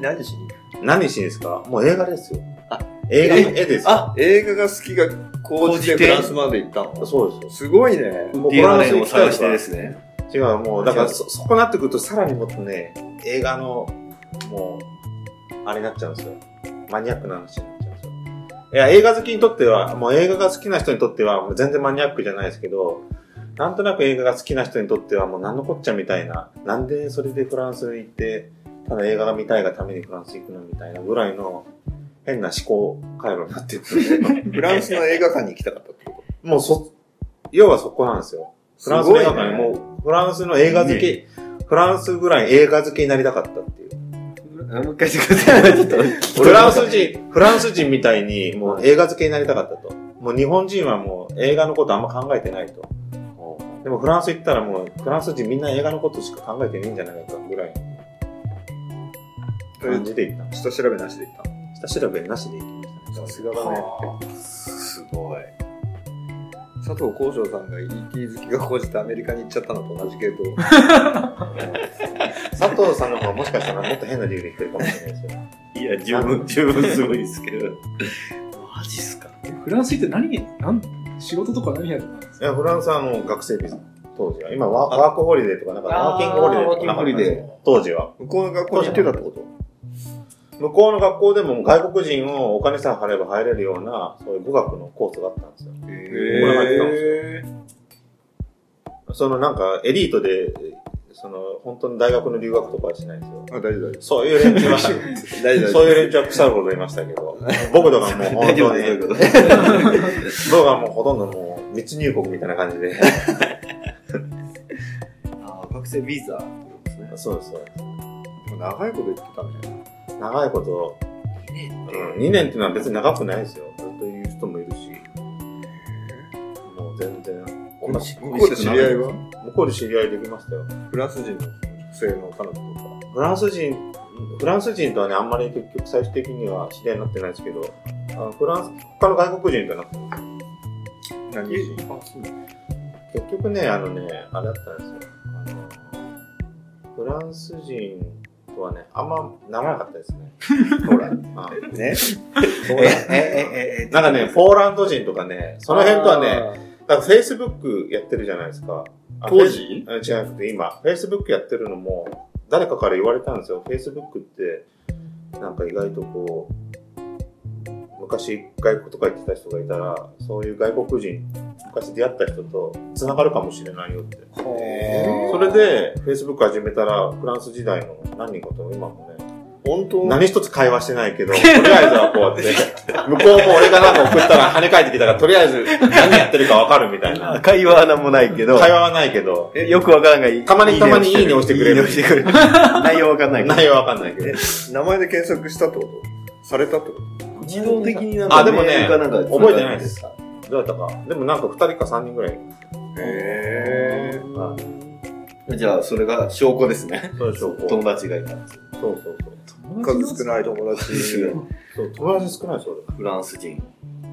何しに何しにですかもう映画ですよ。あ、映画の絵ですよ。あ、映画が好きが高じてフランスまで行ったのそうですよ。すごいね。もうっていうのをきたい探としかてですね違う、もう、だからそ、そこなってくると、さらにもっとね、映画の、もう、あれになっちゃうんですよ。マニアックな話になっちゃうんですよ。いや、映画好きにとっては、もう映画が好きな人にとっては、もう全然マニアックじゃないですけど、なんとなく映画が好きな人にとっては、もう何のこっちゃみたいな、なんでそれでフランスに行って、ただ映画が見たいがためにフランス行くのみたいなぐらいの、変な思考回路になってるん で。フランスの映画館に行きたかったってこもうそ、要はそこなんですよ。と。フランスの映画館ににもう、フランスの映画好き、フランスぐらい映画好きになりたかったっていう。もう一回してくださいちょっとフラ ンス人、フランス人みたいにもう映画好きになりたかったと。もう日本人はもう映画のことあんま考えてないと。でもフランス行ったらもうフランス人みんな映画のことしか考えてないんじゃないかぐらいの感じで行ったんで下調べなしで行ったのす。下調べなしで行きましたね。さすがだね。すごい佐藤幸章さんが ET 好きが高じてアメリカに行っちゃったのと同じ系統。 佐藤さんの方がもしかしたらもっと変な理由で行ってるかもしれないですよ。いや十分十分すごいですけどマジっすかフランス行って何、なん仕事とか何やってたんですいや、フランスはあの学生ビザ。当時は。今ワ、ワークホリデーとかなんか、ワーキングホリデーとかなかったんですよ当時は。向こうの学校に行ってたってこと向こうの学校でも外国人をお金さえ払えば入れるような、そういう語学のコースがあったんですよ。へそのなんかエリートで、その本当に大学の留学とかはしないんですよ。あ、大丈夫大丈そういう連中 は、そう夫。大丈夫。いう連中は腐るほどいましたけど、僕とかもう 本当に、僕はもうほとんどもう密入国みたいな感じで。 あー学生ビザですねそうです、そう長いこと言ってたんじです。ゃない長いこと、うん、2年っていうのは別に長くないですよ。ずっという人もいるし、もう全然。こ向こうで知り合いは向こうで知り合いできましたよ。フランス人の女性の彼女とか。フランス人、フランス人とはね、あんまり結局最終的には知り合いになってないですけど、あのフランス、他の外国人とはなくて、何人結局ね、あのね、あれだったんですよ。あの、フランス人とはね、あんまならなかったです ね。ほら。あね。ええええなんかね、ポーランド人とかね、その辺とはね、だから Facebook やってるじゃないですか。あ当時あじゃなくて今、Facebook やってるのも、誰かから言われたんですよ。Facebook って、なんか意外とこう、昔外国とか行ってた人がいたら、そういう外国人、昔出会った人と繋がるかもしれないよって。それで、Facebook 始めたら、フランス時代の何人かと今もね、本当何一つ会話してないけど、とりあえずはこうやって、向こうも俺が何か送ったら跳ね返ってきたから、とりあえず何やってるかわかるみたいな。会話は何もないけど、会話はないけど、えよくわからんがいい。たまにたまにいいねを押してくれるいいねをしてくれる。 内容わかんないけど。内容わかんないけど。名前で検索したってことされたってこと自動的になんあでもねメールかなんか覚えてないですかどうだったか。でもなんか2人か3人ぐらい。へえ。じゃあ、それが証拠です ね。そうでしょう、こう友達がいたんです。そうそうそう。数少ない友達。そう、友達少ないそうだ。フランス人。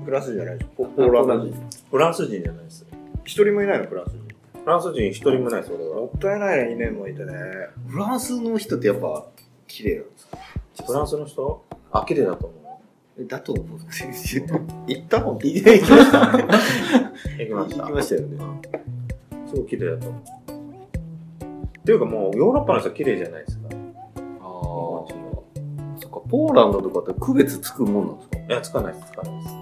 フランス人じゃないでしょ。ポポーランド人。フランス人じゃないです。一人もいないの、フランス人。フランス人一人もないです、俺はも。ったいないね、2年もいてね。フランスの人ってやっぱ、綺麗なんですかフランスの人あ、綺麗だと思えだと思って。 行ったも行ん。きました。う。行きま行しきた。ましたよね。すごい綺麗だと思う。っていうかもう、ヨーロッパの人は綺麗じゃないですか。ああ。そっか、ポーランドとかって区別つくもんなんですかいや、つかないです、つかないです。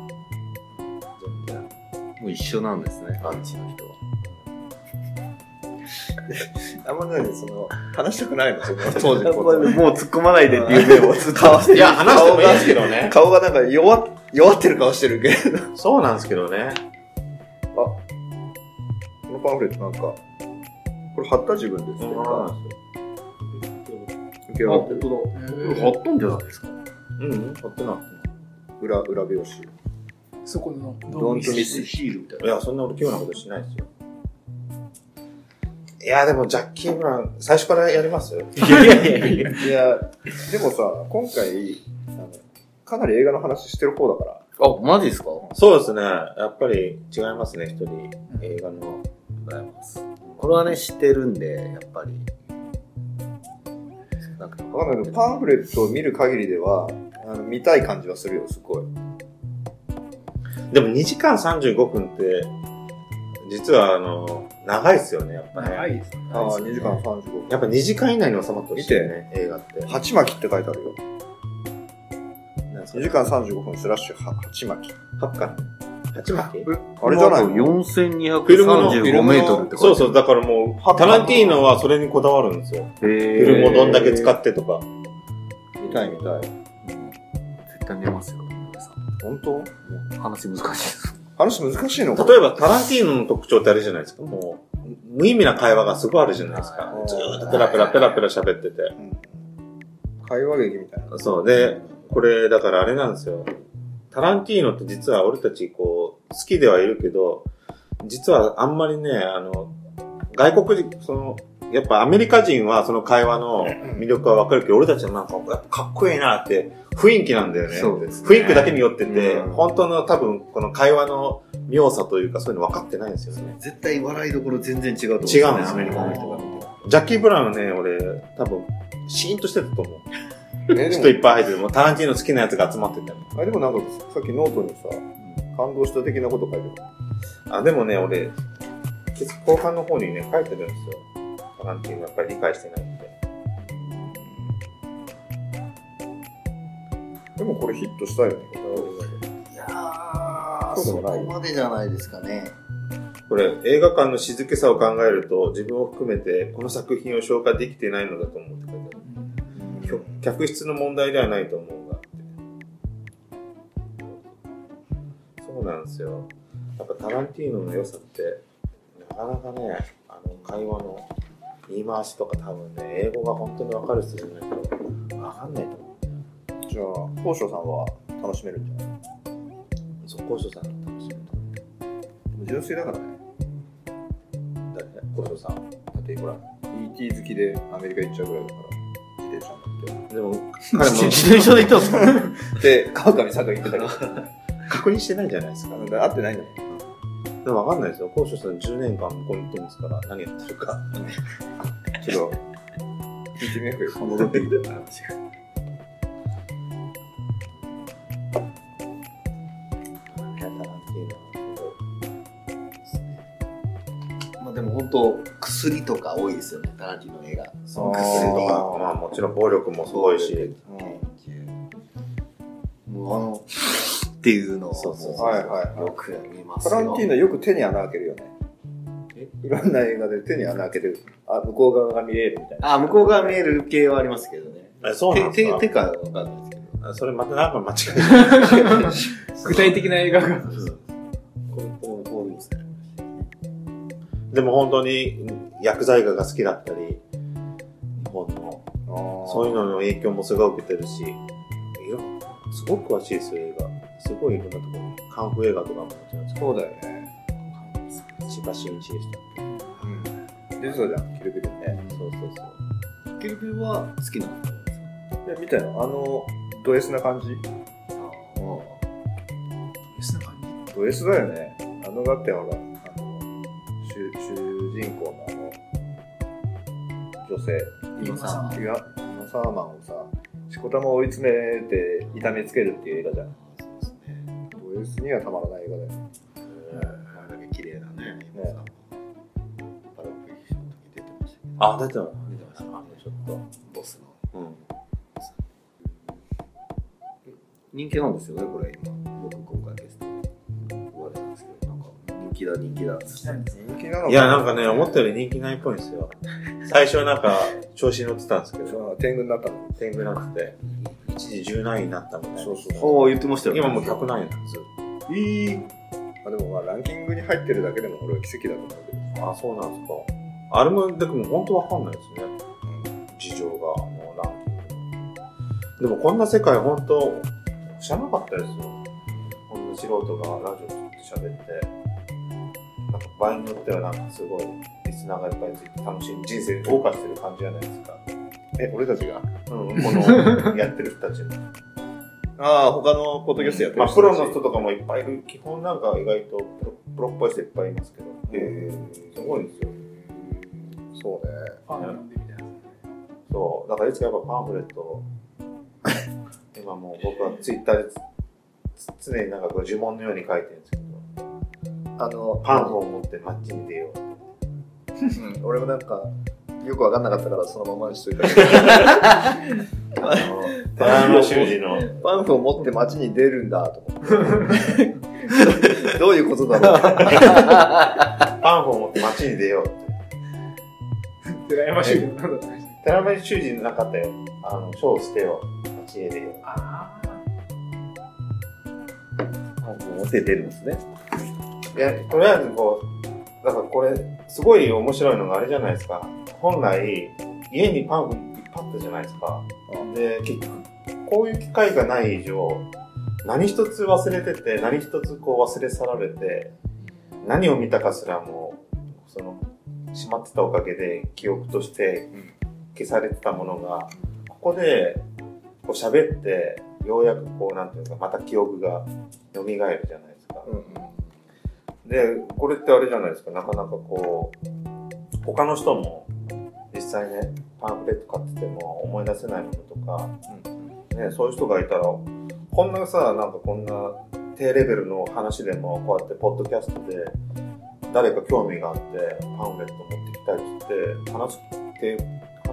全然。もう一緒なんですね、アンチの人は。あんまりね、その、話したくない の、そ の当時のこやっぱりと。もう突っ込まないでっていう目をずっと合わせていや、話してもいいですけどね。顔がなんか 弱っ、弱ってる顔してるけど。そうなんですけどね。このパンフレットなんか、これ貼った自分ですっていうか、受けあ、上がっ本てる。当だ。えほっとんじゃないですか。うん、こってな。裏、裏表紙。そこの、ドントミス。ヒールみたいいや、そんな俺、器用なことしないですよ。いや、でも、ジャッキー・ブラウン、最初からやりますよ。な。いやいやいや。いや、でもさ、今回、あの、かなり映画の話してる方だから、あ、マジですかそうですね。やっぱり違いますね、一人。映画の。ございます。これはね、知ってるんで、やっぱり。なんかわかんないけど、パンフレットを見る限りでは、あの、見たい感じはするよ、すごい。でも2時間35分って、実はあの、長いですよね、やっぱ長ね。いですね。ああ、2時間35分。やっぱ2時間以内に収まってほしいよね、映画って。鉢巻きって書いてあるよ。2 2時間35分スラッシュは鉢巻き。 8巻 ?8 巻あれじゃないこのの後フィルムのフィ4235ルムのメートルってそうう。そう、だからもう、タランティーノはそれにこだわるんですよ。フフィィルムをどんだけ使っってとか。見たい見たい。絶対見ますよ、井上さ本当ん話難しいです。話難しいの例えば、タランティーノの特徴ってあれじゃないですか。もう、無意味な会話がすごいあるじゃないですかは。いずーっとペラペラペラペラ喋ってて。会話劇みたいな。そう。で、これ、だからあれなんですよ。タランティーノって実は俺たち、こう、好きではいるけど、実はあんまりね、あの、外国人、その、やっぱアメリカ人はその会話の魅力はわかるけど、俺たちはなんか、やっぱかっこいいなって、雰囲気なんだよね。そうですね雰囲気だけによってて、うん本当の多分、この会話の妙さというか、そういうの分かってないんですよね。絶対笑いどころ全然違うと思違うんう、ですよアメリカの人が見てジャッキー・ブラウンね、俺、多分、シーンとしてたと思う。 えで人いもっぱい入ってて、もうタランティーノ好きなやつが集まってたよあでもなんかさっきノートにさ、感動した的なこと書いてああ、でもね、俺、結構後半の方にね、書いてるんですよ。タランティーノやっぱり理解してないんで。る。でもこれヒットしたよね。いやー、そそうでもないこまでじゃないですかね。これ、映画館の静けさを考えると、自分を含めて、この作品を消化できてないのだと思って書いてあるきょ客室の問題ではないと思うが。そうなんですよ。やっぱタランティーノの良さって、なかなかね、あの、会話の言い回しとか多分ね、英語が本当にわかる人じゃないと、わかんないと思う。じゃあ、宝生さんは楽しめるんじゃないそう、高所さんの楽しみと。でも純粋だからね。誰高所さん。だってほら、ET 好きでアメリカ行っちゃうぐらいだから、自転車に乗っでも、自転車で行ったんですかて。で、川上さんが言ってたけど、確認してないんじゃないですか。あの会ってないんだよ。でもわかんないですよ。高所さん10年間向こうに行ってますから、何やってるか。ちょっと、聞いてみようよ。戻ってきた話が。何やったなっていうのは。まあでも本当、薬とか多いですよね、タランティーノの映画。そう薬とか、まあもちろん暴力もすごいし。もうあの、っていうのを、そうそうそうはいはいよく見ますタよ。ランティーノよく手に穴開けるよね。いろんな映画で手に穴開けてる。あ、向こう側が見えるみたいな。あ、向こう側見える系はありますけどね。え、そうなんですか手、手、手かわかんないですけど。あそれまたなんか間違 えた。具体的な映画が。こう、こう、こうですね。でも本当に薬剤画が好きだったり、日本の、そそういうのの影響もすごい受けてるし、いろすごく詳しいですよ、映画。すごいいろんなところ、カンフー映画とかももちろんですけどそうだよね。千葉真一でしたっうん。出てたじゃん、キルビルね。けそうそうそう。ケルビルは好きなので、見たよ。あの、ド S な感じ。うそんな感ん。ド S だよね。あの、だってほら、あの、主主人公のあの、女性。じ今さ、いや、このサーマンをさ、しこたま追い詰めて痛めつけるっていう映画じゃん。ド S にはたまらない映画だよね。あれだけ綺麗なね、今さ、パラオプリションの時出てましたけど。あ、出てます。出てましたね。ちょっと、ボスの。うん。人気なんですよね、これ今。僕、今回ゲストで言われたんですけど、なんか、人気だ、人気だっつって。人気なのかいや、なんかね、思ったより人気ないっぽいんですよ。最初なんか、調子に乗ってたんですけど、そう天狗になったの。天狗になってて、一時10何位になったみたいな。そうそうおお言ってましたよね。今もう100何位なんですよ。えーあでもまあランキングに入ってるだけでも俺は奇跡だと思うけど。あ、そうなんですか。あれも、でも本当わかんないですね。事情が、もうランキング。でもこんな世界本当、知らなかったですよ。こんな素人がラジオ作って喋って、なんか場合によってはなんかすごい、リスナーがいっぱいついて楽しい人生謳歌してる感じじゃないですか。え、俺たちが うん、この、やってる人たち。ああ、他のポッドキャストやってまるあ、プロの人とかもいっぱいいる。基本なんか意外とプロプロっぽい人いっぱいいますけど。えすごいですよ。そうね。ファンなんでみたいな。そう、だからいつかやっぱパンフレットを、今もう僕はツイッターでつつ常になんかこう呪文のように書いてるんですけど、あの、パンフを持って街に出よう。うん俺もなんか、よくわかんなかったからそのままにしといた。あの、寺山修司の、パンフを持って街に出るんだと思って。どういうことだろう。パンフを持って街に出ようって。羨ましいけど、なんだ寺山修司の中で、あの、書を捨てよう。街へ出よう。あ持って出るんですね。いや、とりあえずこう、だからこれ、すごい面白いのがあれじゃないですか。本来、家にパンフいっぱいあったじゃないですか。で、結局、こういう機会がない以上、何一つ忘れてて、何一つこう忘れ去られて、何を見たかすらもう、その、しまってたおかげで、記憶として消されてたものが、ここで、こう喋って、ようやくこう、なんていうか、また記憶が蘇るじゃないですか。うんうん。で、これってあれじゃないですか、なかなかこう、他の人も実際ね、パンフレット買ってても思い出せないものとか、ね、そういう人がいたら、こんなさ、なんかこんな低レベルの話でも、こうやってポッドキャストで、誰か興味があって、パンフレット持ってきたりして、話すって、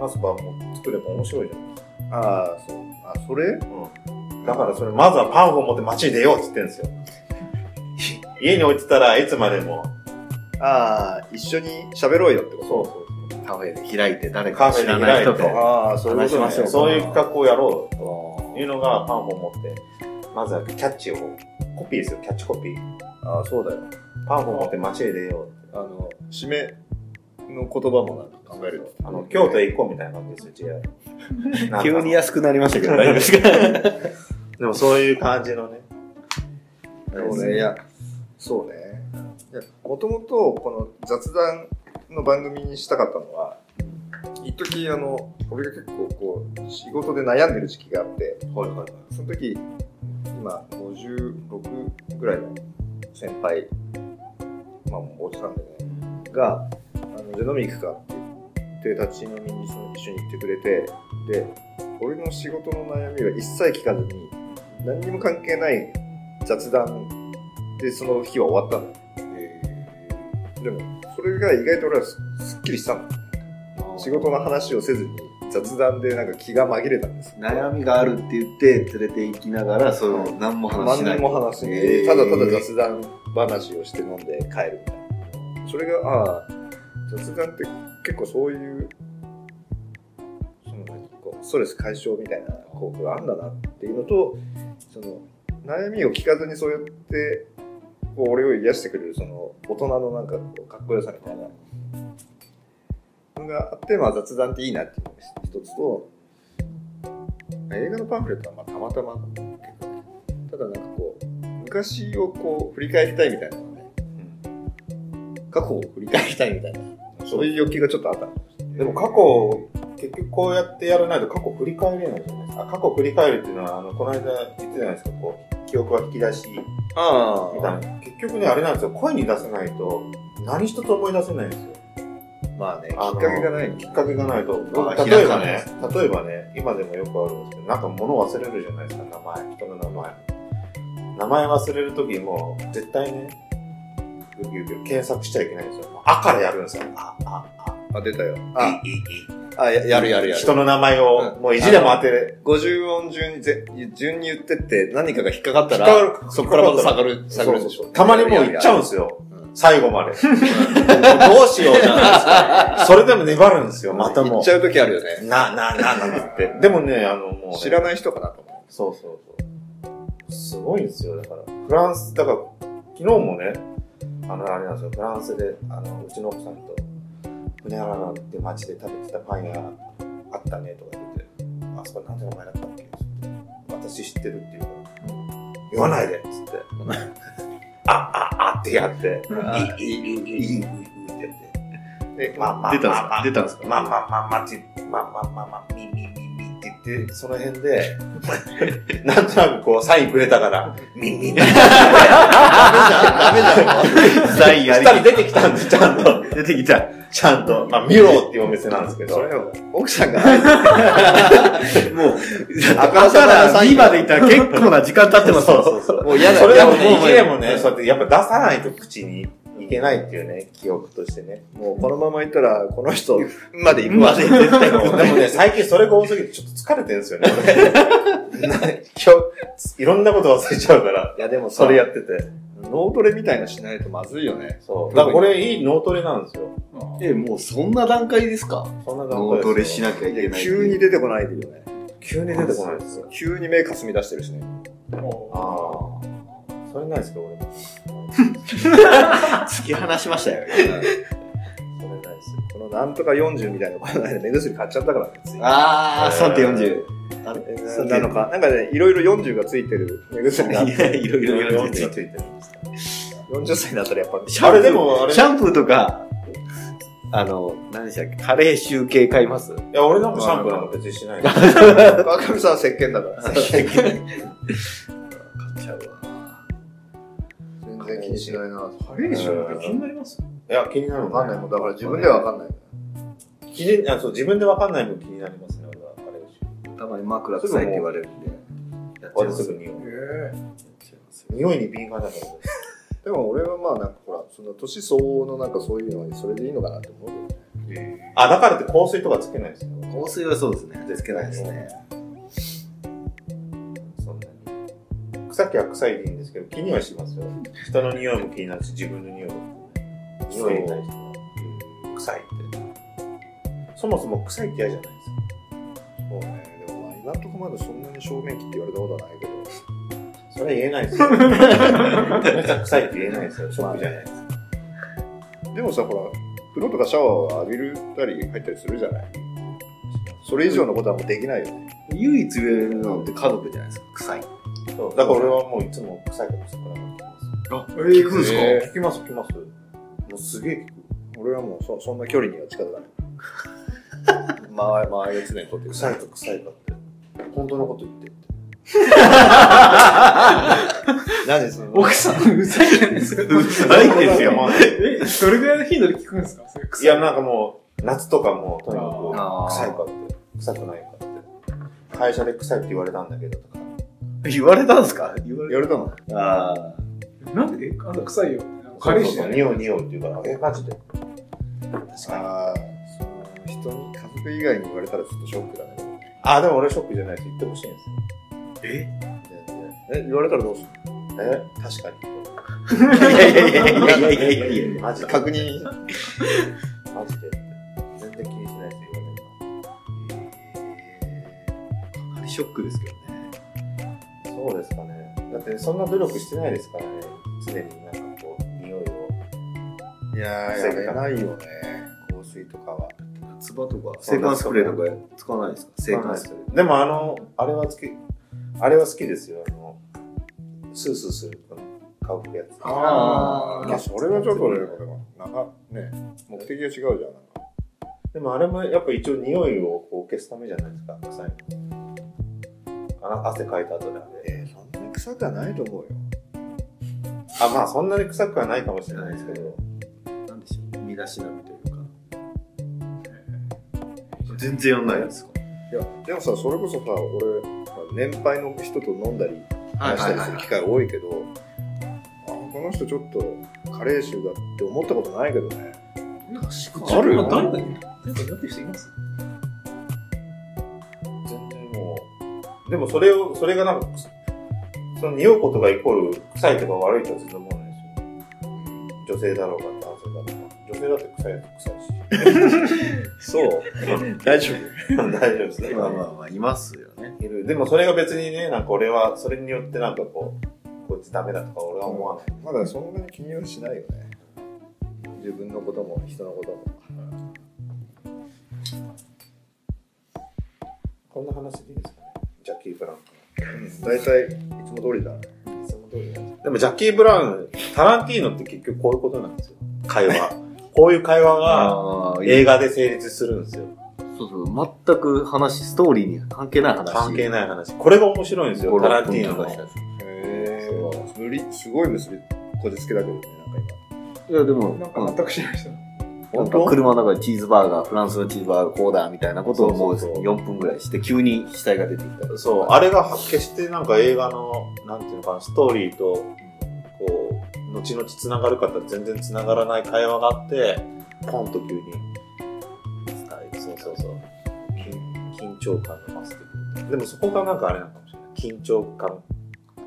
話す場も作れば面白いじゃないで ああ、そう。あ、それすか。うん。だからそれ、まずはパンフを持って街に出ようって言ってるん ですよ。家に置いてたらいつまでも。ああ、一緒に喋ろうよってこそうそう。カフェで開いて、誰か知らない人とカフェで開いと。。ああ、そ話しましょそういう企画をやろううというのがパンフを持って、まずはキャッチを、コピーですよ、キャッチコピー。ああ、そうだよ。パンフを持って街へ出よう。あの、締めの言葉もなんか考えると。あの、京都へ行こうみたいな感じですよ、JR。 急にや安くなりましたけど、大丈夫ですかでもそういう感じのね。そうね、いや、そうね。いや、もともと、この雑談の番組にしたかったのは、一時あの、俺が結構こう、仕事で悩んでる時期があって、はいはいはい。その時、今、56ぐらいの先輩、まあもうおじさんでね、が、あの、ジェノミックかって言って、立ち飲みにその一緒に行ってくれて、で、俺の仕事の悩みは一切聞かずに、何にも関係ない雑談でその日は終わったのよ。でも、それが意外と俺はすすっきりしたの。仕事の話をせずに、雑談でなんか気が紛れたんです 悩みがあるって言って連れて行きながら、そういうの何も話し何ない。にも話すへーただただ雑談話をして飲んで帰るみたいなそれがああ雑談って結構そういうそのなんかこうストレス解消みたいな効果があるんだなっていうのとその悩みを聞かずにそうやってこう俺を癒してくれるその大人のなんかこうかっこよさみたいなのがあって、まあ、雑談っていいなっていうのが一つと映画のパンフレットはまあたまたまただなんかこう、昔をこう、振り返りたいみたいなのね、過去を振り返りたいみたいな、そういう欲求がちょっとあった。でも過去、結局こうやってやらないと過去振り返れないじゃないですか。あ過去振り返るっていうのは、あの、この間言ってたじゃないですか、こう、記憶は引き出し、みあたいな。結局ね、あれなんですよ、声に出さないと、何一つ思い出せないんですよ。まあね、きっあのかけがない。きっかけがないと。まあ例えば開ねか、例えばね、今でもよくあるんですけど、なんか物忘れるじゃないですか、名前、人の名前。名前忘れるときも、絶対ね、よくよく検索しちゃいけないんですよ。あからやるんですよ。あ、あ、あ、出たよ。あ、あ、いい、いい、いい。あややるやるやる。人の名前を、うんもう意地でも当てれ。 50音順にぜ順に言ってって何かが引っかかった引っらかか、るそこからまた下がる、下がるそうそでしうょそうたまにもう行っちゃうんうですよう。最後まで。どうしようじゃないです か。それでも粘るんですよ、また行もっちゃう時あるよね。う。な、な、な、なんつって。でもね、あの、もうね。知らない人かなと思そうそうそう。すごいんですよ、だから。フランス、だから、昨日もね、あの、あれなんですよ、フランスで、あの、うちの奥さんと、ふねららって街で食べてたパン屋あったねとか言ってて、あそこなんて名前だったっけ私知ってるっていうから言わないでっつ って、あ、あ、あってやって、いい、いい、いい、いい、いいってやって。で、まあまあ、出たんまですかあまあ出たんですかまあまあまあまあって、まあまあまあまあ、み、み、み、みって言って、その辺で、 なんとなくこう、サインくれたから、みんみんな。 ダメじゃん、ダメじザインゃあん。二り人出てきたんです、ちゃんと。出てきた。ちゃんと。まあ、ミローっていうお店なんですけう。そど。れを奥さんが合図、もう、ああからかさまならサイン2までいったら結構な時間経ってますそうそうそう。もう嫌だそれでも嫌だね、もういけもね、そうやってやっぱ出さないと口にいけないっていうね、記憶としてね。もうこのまま行ったら、この人まで行くまわ。で出てでもね、最近それが多すぎてちょっと疲れてるんですよね。 な今日、いろんなこと忘れちゃうから、いやでもそそれれやや、ってて。脳トレみたいなしないとまずいよね。そう。だからこれいい脳トレなんですよ。え、もうそんな段階ですかそんな脳トレしい。なきゃいけない。急に出てこないでよね。急に出てこないですよ。急に目かすみ出してるしね。もああ。それないですか、俺も。突き放しましたよ。それないですよ。このなんとか40みたいなこの間目薬買っちゃったからね、つい。あー、3.40。あえれーなのか。なんかね、いろいろ40がついてる目薬があっいて、やいろいろ言われてるてる。 40歳になったらやっぱ、シャンプーあれでもあれシャンプーとか、あの、何でしたっけ、カレー集計買いますいや、俺なんかシャンプーなんか別にしない。若見さん は石鹸だから。全然気にしないな。う、カレーションって気になりますいや、気になるわかんないもん。だから自分ではわかんない。気にあそう、自分でわかんないの気になりますね、俺は。あれたまに枕臭いって言われるんで。やっちゃい俺ますすぐ匂い。え匂いに敏感だから俺。でも俺はまあなんかほら、その年相応のなんかそういうのにそれでいいのかなって思うけどね。あ、だからって香水とかつけないですよ。香水はそうですね。つけないですね。そんなに。臭きは臭いでいいんですけど、気にはしますよ。人の匂いも気になるし、自分の匂いも気になる。匂いに対しては、うん臭いって。そもそも臭いって嫌じゃないですか。そうね。でもまあ今んとこまだそんなに正面切って言われたことはないけど。それ言えない ですよ。めっちゃ臭いって言えないですよ。ショックじゃないですか。でもさ、ほら、風呂とかシャワーを浴びるたり入ったりするじゃないそれ以上のことはもうできないよね。唯一言えるのって家族じゃないですか、臭い。そうだから俺はもういつも臭いから臭くなってきます。あ、聞くんですか聞きます、聞きます。もうすげえ俺はもうそそんな距離には近づ かない。間合い、間合いが常に取ってる。臭いか臭いかって。本当のこと言って って。何その奥さん、うざいじゃないですか。臭いですよ。え、どれぐらいの頻度で聞くんですかそれいや、なんかもう、夏とかもうとにあかーく、臭いかって、臭くないかって。会社で臭いって言われたんだけどとか。言われたんですか言わやれたのた。ああ。なんで、えあんた臭いよ。カレーション匂い匂いって言うから、え、マジで。ああ、その人に、家族以外に言われたらちょっとショックだね。あ、でも俺ショックじゃないです。言ってほしいんですよ。全然え、言われたらどうするえ確かいやいやいやいやいやいやいやいやに。マジで。確認。マジで。全然気にしないですよ、言われるかなりショックですけどね。のそうですかね。だって、そんな努力してないですからね。常になんかこう、匂いを。いやー、やれないよね。香水とかは。夏場とか、制汗スプレーとか使わないですか制汗スプレでもあの、あれは好き、あれは好きですよ。あの、スースーする、この、顔拭くやつ。あまあ、それはちょっとね、なんか、ね、目的が違うじゃん。でもあれもやっぱ一応匂いをこう消すためじゃないですか、臭いの。あ汗かいた後であれ。えー、そんなに臭くはないと思うよ。あ、まあそんなに臭くはないかもしれないですけど。ー。なんでしょう身だしなみというか。全然やんないですかいや、でもさ、それこそさ、俺、まあ年配の人と飲んだり、はい話しはたいりはすいる機会多いけど、あこの人ちょっと、加齢臭だって思ったことないけどね。確あるよ誰だよ。なんかやってる人います全然もう。でもそれを、それがなんか、その匂うことがイコール臭いとか悪いとは全然思わないですよ。女性だろうが男性だろうが。女性だって臭いやつ臭いし。そう。大丈 大丈夫ですね。夫まあまあまあ、いますよね。いる。でもそれが別にね、なんか俺は、それによってなんかこう、こいつダメだとか俺は思わない。まだそんなに気にはしないよね。自分のことも人のことも。こんな話でいいですかね。ジャッキー・ブラウン。うん、大体、いつも通りだね。いつも通りなんですでもジャッキー・ブラウン、タランティーノって結局こういうことなんですよ。会話。こういう会話がああ、映画で成立するんですよ。そうそう、全く話、ストーリーに関係ない話。関係ない。ない話。これが面白いんですよ、タランティーノの。へー無理、すごい結び、こじつけだけどね、なんかいや、でも、なんか全く知らない人。なんか車の中でチーズバーガー、フランスのチーズバーガー、こうだ、みたいなことをもうそうそうそう4分ぐらいして、急に死体が出てきた。そう、あれが決してなんか映画の、なんていうのかな、ストーリーと、こう、後々繋がるかって言ったら全然繋がらない会話があって、ポンと急に、はい、そうそうそう、緊緊張感が増すっていうかでもそこがなんかあれなのかもしれない。緊張感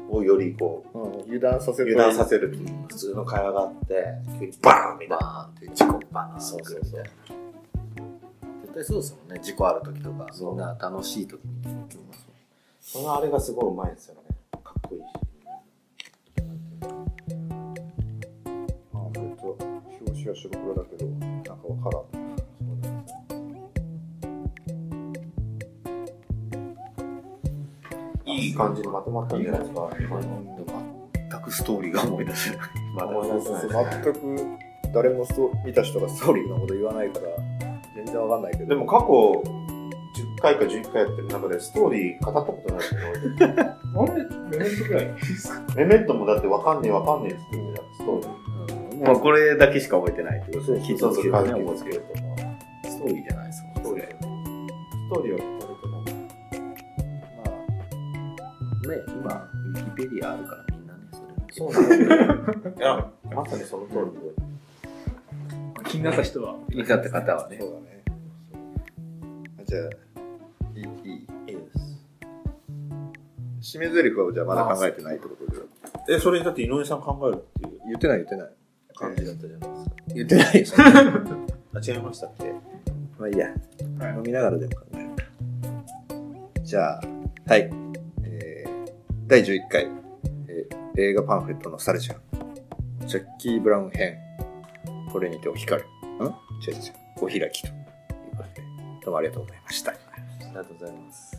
をよりこう、今。うん、油断させる。油断させるっていう普通の会話があって、急にバーンみたいな。バーンって、事故バーンってそうそうそう。絶対そうですもんね。事故ある時とか、そうみんな楽しい時に。そのあれがすごいうまいんですよね。かっこいいし。まあ、それと、表紙は白黒だけど、中はカラー。いい感じにまとまったんじゃないですか。今の全くストー リーが思い出せない。まだ。思い出せないですね全く、誰もそう見た人がストーリーのこと言わないから、全然わかんないけど。でも過去10回か11回やってる中でストーリー語ったことないけど、あれメメントぐらいですかメメントもだってわかんねえわかんねえって言ってるじゃん、ストーリー。うんまあ、これだけしか覚えてないってことで、聞いてそうますそう、けど関ね、係を覚つけるとか。えてるストーリーじゃないですもんね。そうだよストーリーは語れてない。まね、今、ウあ、ィキペディアあるからみんなね、それそうなんだよ。いや、まさにその通りで。気になった人は。見たって方はねそ。うだね。じゃあ、いい、いい。いいです。締め台詞はじゃあまだ考えてないってことで。え、それだって井上さん考えるっていう言ってない言ってない。感じだったじゃないですか。言ってないよ。あ、違いましたっけまあいいや、はい飲みながらでも考えるか。じゃあ、はい。えー、第11回、えー映画パンフレットのサルジャー、ジャッキー・ブラウン編、これにてお光る。ん違う違う違う。お開きということで、どうもありがとうございました。ありがとうございます。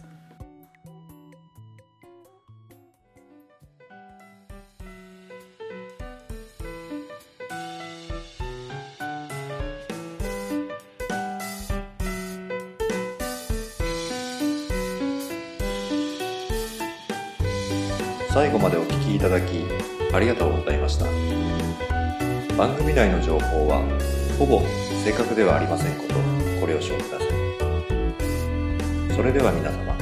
最後までお聞きいただきありがとうございました番組内の情報はほぼ正確ではありませんことご了承くださいそれでは皆様